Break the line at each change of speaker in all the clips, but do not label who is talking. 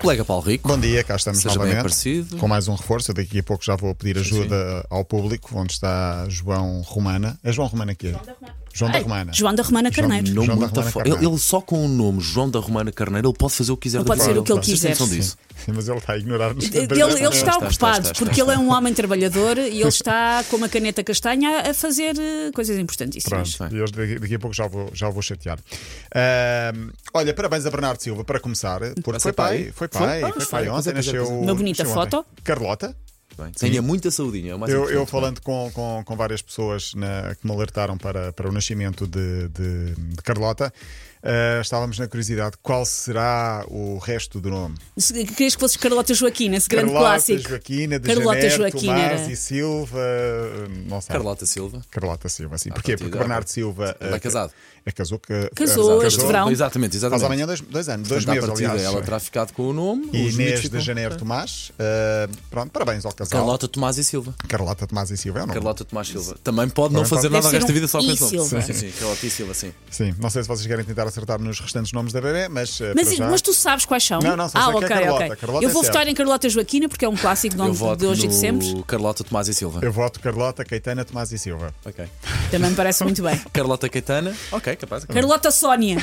Colega Paulo Rico,
Bom dia, cá estamos
Seja bem
novamente
aparecido.
com mais um reforço. Eu daqui a pouco já vou pedir ajuda ao público, onde está João Romana. É João Romana aqui? João da Romana.
João da Romana
João-
Carneiro.
João
nome
da
muito
Romana
fo-
Carneiro.
ele, ele só com o nome João da Romana Carneiro, ele pode fazer o que quiser.
Ele pode
da
ser
vida.
o que ele
Vocês têm
quiser.
noção disso?
Mas ele está a ignorar-nos.
Ele, ele está
está,
ocupado,
está, está,
porque ele é um homem trabalhador e ele está com uma caneta castanha a fazer eh, coisas importantíssimas.
Pronto, e hoje daqui, daqui a pouco já vou, já vou chatear. Ahm, olha, parabéns a Bernardo Silva para começar, porque
Vai ser
foi pai,
pai? Foi?
foi pai, foi
Ah,
pai
pois é,
ontem,
pois é,
nasceu.
pois é.
Uma bonita
nasceu ontem.
foto.
Carlota,
Bem, Tenha muita saudinha. é o mais
Eu, eu
importante.
falando com, com, com várias pessoas na- que me alertaram para, para o nascimento de, de- de Carlota, eh, estávamos na curiosidade qual será o resto do nome.
Se- Querias que fosses Carlota Joaquina, esse grande
Carlota
clássico.
Joaquina, de
Carlota
Janeiro,
Joaquina né?
Tomás
era.
e Silva, eh, não sei.
Carlota Silva.
Carlota Silva, sim. Porquê?
partida,
Porque Bernardo Silva.
Ele é
eh,
casado.
É casou que.
Casou este verão.
Exatamente,
Faz
exatamente.
amanhã dois, dois anos, dois
Portanto, à
meses,
partida,
aliás.
Ela terá ficado com o nome.
E
os miúdos
Inês de
ficam-
Janeiro Tomás. eh, pronto, parabéns ao casal.
Carlota Tomás e Silva.
Carlota Tomás e Silva é o nome.
Carlota Tomás Silva. Também pode não
Também
fazer
pode.
nada o
Deve
resto da
ser um
vida só com
I
esse nome.
Silva.
Sim, sim, sim. Carlota e Silva, sim.
Sim, não sei se vocês querem tentar acertar nos restantes nomes da bebê, mas. eh, para
Mas,
já...
mas tu sabes quais são?
Não, não, só sei
ah,
que é
ok,
Carlota.
ok.
Carlota
eu
é
vou
certo.
votar em Carlota Joaquina porque é um clássico de,
Eu
nome
voto
de hoje e
no
de sempre.
Carlota Tomás e Silva.
Eu voto Carlota, Caetana, Tomás e Silva.
Ok.
Também me parece muito bem.
Carlota Caetana. Ok, capaz.
Carlota Sónia.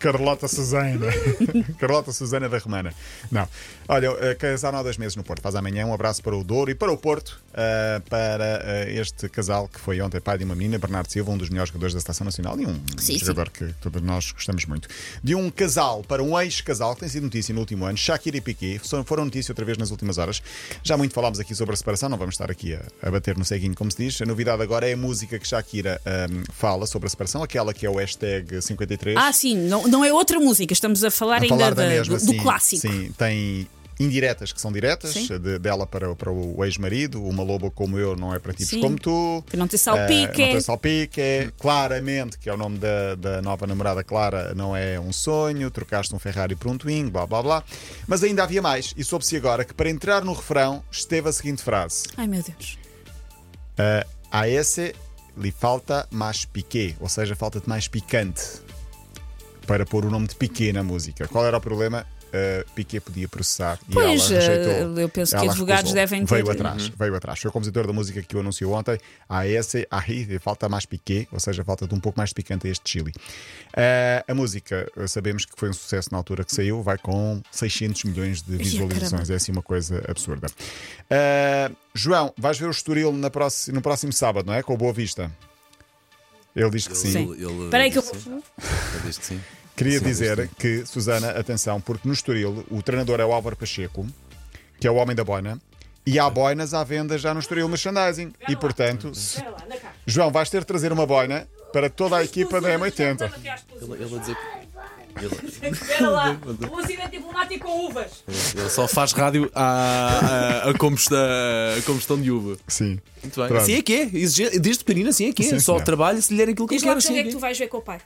Carlota Susana. Carlota Susana da Romana. Não. Olha, eh, casaram há dois meses no Porto. Faz amanhã. Um abraço para o Douro e para o Porto, eh, para eh, este casal que foi ontem pai de uma menina, Bernardo Silva, um dos melhores jogadores da Seleção Nacional e um
Sim,
jogador que todos nós gostamos muito. De um casal para um ex-casal, que tem sido notícia no último ano, Shakira e Piqué, são- foram notícia outra vez nas últimas horas. Já muito falámos aqui sobre a separação, não vamos estar aqui a, a bater no ceguinho, como se diz. A novidade agora é a música que Shakira ehm, fala sobre a separação, aquela que é o hashtag 53
Ah, sim, não, não é outra música, estamos a falar
a
ainda
falar
da-
da mesma,
do, do
sim,
clássico.
Sim, tem indiretas que são diretas,
Sim.
de- dela para, o- para o ex-marido, uma loba como eu não é para tipos
Sim.
como tu.
Que não tem
Eh, não
salpique.
tem salpique, claramente, que é o nome da, da nova namorada Clara, não é um sonho, trocaste um Ferrari por um Twingo, blá blá blá. Mas ainda havia mais, e soube-se agora que para entrar no refrão esteve a seguinte frase:
Ai meu Deus.
eh, A esse lhe falta mais piqué, ou seja, falta-te mais picante para pôr o nome de Piqué na música. Qual era o problema? Eh, Piqué podia processar e
Pois,
ela
eh,
rejeitou.
eu penso que
Ela
advogados
recusou.
devem ter-
Veio atrás, Uhum. veio atrás. Foi o compositor da música que o anunciou ontem. A esse, a esse, falta mais Piqué, ou seja, falta-te um pouco mais de picante a este Chile. Eh, a música, eh, sabemos que foi um sucesso na altura que saiu, vai com 600 milhões de visualizações.
caramba.
É assim uma coisa absurda. Eh, João, vais ver o Estoril na próxima- no próximo sábado, não é? Com o Boa Vista. Ele diz que sim.
Sim.
ele-
Espera aí que eu
sim.
vou.
Ele diz que sim.
Queria
Sim,
dizer que, Susana, atenção, porque no Estoril o treinador é o Álvaro Pacheco, que é o homem da boina, e há boinas à venda já no Estoril Merchandising. E, portanto, se- João, vais ter de trazer uma boina para toda a equipa da M80.
Ele, ele a dizer que. Ele,
Espera lá, luzina diplomática com uvas.
ele só faz rádio à, à, à combustão, à combustão de uva.
Sim.
Muito bem.
Pronto.
Assim é que é. Exige- Desde pequenino, assim é que é.
Sim,
Só
senhor.
trabalha se lhe der aquilo que ele
Diz lá
quer.
que
Assim
jogo
é
é que tu
que
vais ver com o pai.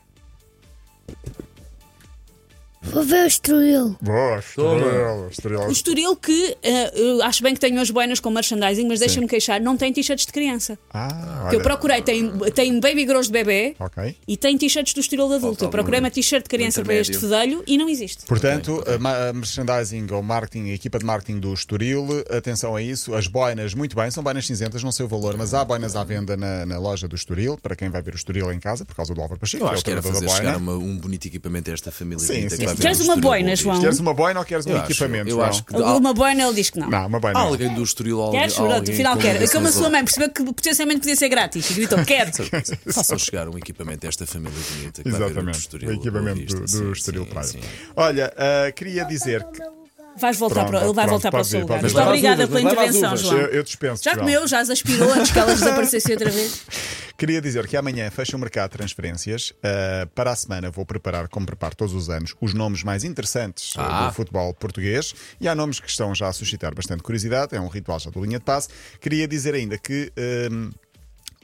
Vou ver o Estoril.
Boa, Estoril, Estoril.
O Estoril que eh, eu acho bem que tenho as boinas com merchandising, mas deixa-me queixar, não tem t-shirts de criança.
Ah,
Que
olha.
eu procurei, tem, tem baby grows de bebê
Ok.
e tem t-shirts do Estoril de adulto.
Falta
Eu procurei
algum
uma t-shirt de criança para este fedelho e não existe.
Portanto, a ma- a merchandising ou marketing, a equipa de marketing do Estoril, atenção a isso. As boinas, muito bem, são boinas cinzentas, não sei o valor, mas há boinas à venda na, na loja do Estoril, para quem vai ver o Estoril em casa, por causa do Álvaro Pacheco,
Eu
é o
acho que era
treinador
fazer
da
chegar
boina.
uma- um bonito equipamento a esta família.
né? Sim,
bonita que
sim,
vai
sim.
ver
Queres
um
uma
Estoril
boina,
Boa
João?
Vista.
Queres uma boina ou queres um
Eu acho-
equipamento?
Eu
João?
acho que. há-
Uma boina ele diz que não.
Não, uma boina.
há alguém do Estoril alguém,
Queres? Pronto,
alguém
afinal
com
quero. É Como a
licença-
sua mãe percebeu que potencialmente podia ser grátis e gritou: quero.
Façam chegar um equipamento a esta família bonita. Que vai ver o
Exatamente,
Estoril, assim,
o
Boa
equipamento
Vista.
do, do
um Sim,
Estoril
sim,
Praia.
sim.
Olha, ah, queria dizer que.
Vais voltar
Pronto,
para, ele vai
pronto,
voltar para o
pode
seu
ir,
lugar.
pode
Muito
ir. Leva
as
obrigada
uvas,
pela
leva as
intervenção,
uvas.
João.
Eu, eu dispenso.
Já
João.
comeu, já as aspirou antes que elas desaparecessem outra vez.
Queria dizer que amanhã fecha o mercado de transferências. Uh, para a semana vou preparar, como preparo todos os anos, os nomes mais interessantes uh,
Ah.
do futebol português. E há nomes que estão já a suscitar bastante curiosidade. É um ritual já do linha de passe. Queria dizer ainda que. um,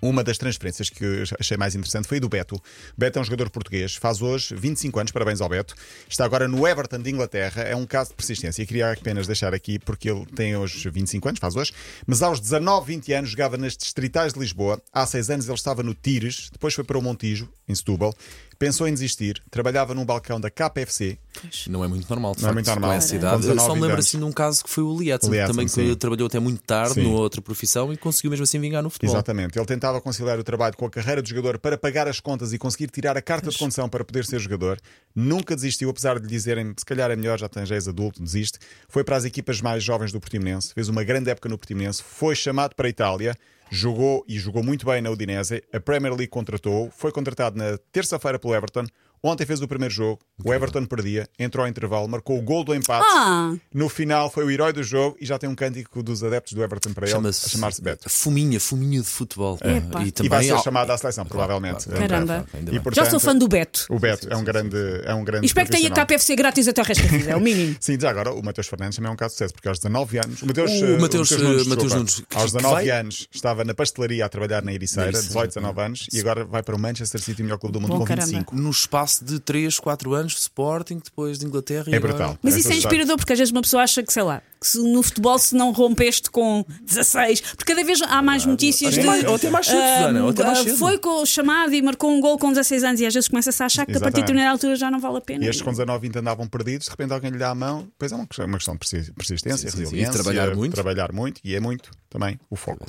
uma das transferências que eu achei mais interessante foi a do Beto. Beto é um jogador português, faz hoje 25 anos, parabéns ao Beto. Está agora no Everton de Inglaterra, é um caso de persistência. E queria apenas deixar aqui, porque ele tem hoje 25 anos, faz hoje, mas aos 19, 20 anos jogava nas Distritais de Lisboa. Há 6 anos ele estava no Tires, depois foi para o Montijo, em Setúbal, pensou em desistir, trabalhava num balcão da KPFC,
Não é muito normal, de
Não é
facto,
muito normal.
com essa
Sim.
idade.
Com 19
Só me lembro
anos.
assim de um caso que foi o Lee Edson,
Lee
também
Edson,
que
sim.
trabalhou até muito tarde
Sim.
numa outra profissão e conseguiu mesmo assim vingar no futebol.
Exatamente. Ele tentava conciliar o trabalho com a carreira de jogador para pagar as contas e conseguir tirar a carta de condução para poder ser jogador. Nunca desistiu, apesar de lhe dizerem se calhar é melhor, já tens, já és adulto, desiste. Foi para as equipas mais jovens do Portimonense, fez uma grande época no Portimonense, foi chamado para a Itália, jogou e jogou muito bem na Udinese. A Premier League contratou, foi contratado na terça-feira pelo Everton. Ontem fez o primeiro jogo, o Everton perdia, entrou ao intervalo, marcou o gol do empate.
Ah!
No final foi o herói do jogo e já tem um cântico dos adeptos do Everton para ele, a
Chama-se eh,
chamar-se Beto.
Fuminha, fuminho de futebol. Eh,
Epá.
E,
E vai ser
há-
chamado à seleção, provavelmente.
claro,
É, Caramba.
claro, ainda
E
bem.
portanto,
Já sou fã do Beto.
O Beto é um grande. É um grande
E espero que tenha
profissional.
KPFC grátis até o resto da vida, é o mínimo.
Sim, já agora, o Mateus Fernandes também é um caso de sucesso, porque aos 19 anos. O Mateus,
O
eh,
Mateus, eh, Mateus
Nunes, desculpa,
Nunes, que-
aos
que
19
vai-
anos estava na pastelaria a trabalhar na Ericeira,
Ericeira, né?
18, 19 anos, e agora vai para o Manchester City, o melhor clube do mundo,
Bom,
com
caramba.
25.
No espaço de 3, 4 anos, Sporting, depois de Inglaterra. e
É
agora-
brutal.
Mas
É
isso é
verdade.
inspirador, porque às vezes uma pessoa acha que, sei lá, que se no futebol se não rompeste com 16, porque cada vez há mais notícias
É.
Até
de.
mais- é, ou até mais cedo, Susana, ou até mais
ah,
cedo.
Foi com o chamado e marcou um gol com 16 anos, e às vezes começa-se a achar que a partir de
Exatamente.
determinada altura já não vale a pena.
E estes com 19, 20 andavam perdidos, de repente alguém lhe dá a mão. Pois é uma questão, uma questão de persi- persistência,
Sim, sim, sim. E
resiliência.
trabalhar muito.
Trabalhar muito, e é muito também o foco.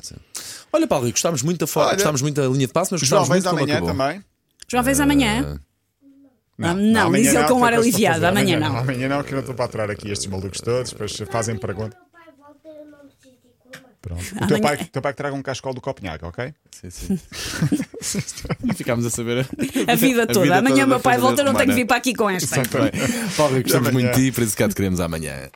Olha, Paulo Rico, gostámos muito da forma,
Olha,
gostámos muito da linha de passo, mas
João,
gostámos
vens
muito como
amanhã
acabou.
também.
Jovens amanhã?
Ah,
Não, não,
amanhã
diz ele com
tem coisas para
hora aliviada,
fazer.
amanhã
Amanhã
não.
Amanhã não, que eu não estou para aturar aqui estes malucos todos, depois fazem pergunta.
Meu Então, pai volta, eu não preciso de coma.
Pronto. O
Amanhã-
teu pai, teu pai que traga um cascol do Copenhague, ok?
Sim, sim. e ficámos a saber
A vida toda. amanhã
toda
meu
da
pai
família
volta, eu não
romana.
tenho que vir para aqui com esta.
Exatamente. Paulo Rico, gostamos
Amanhã.
muito de ti, por isso cá te queremos amanhã.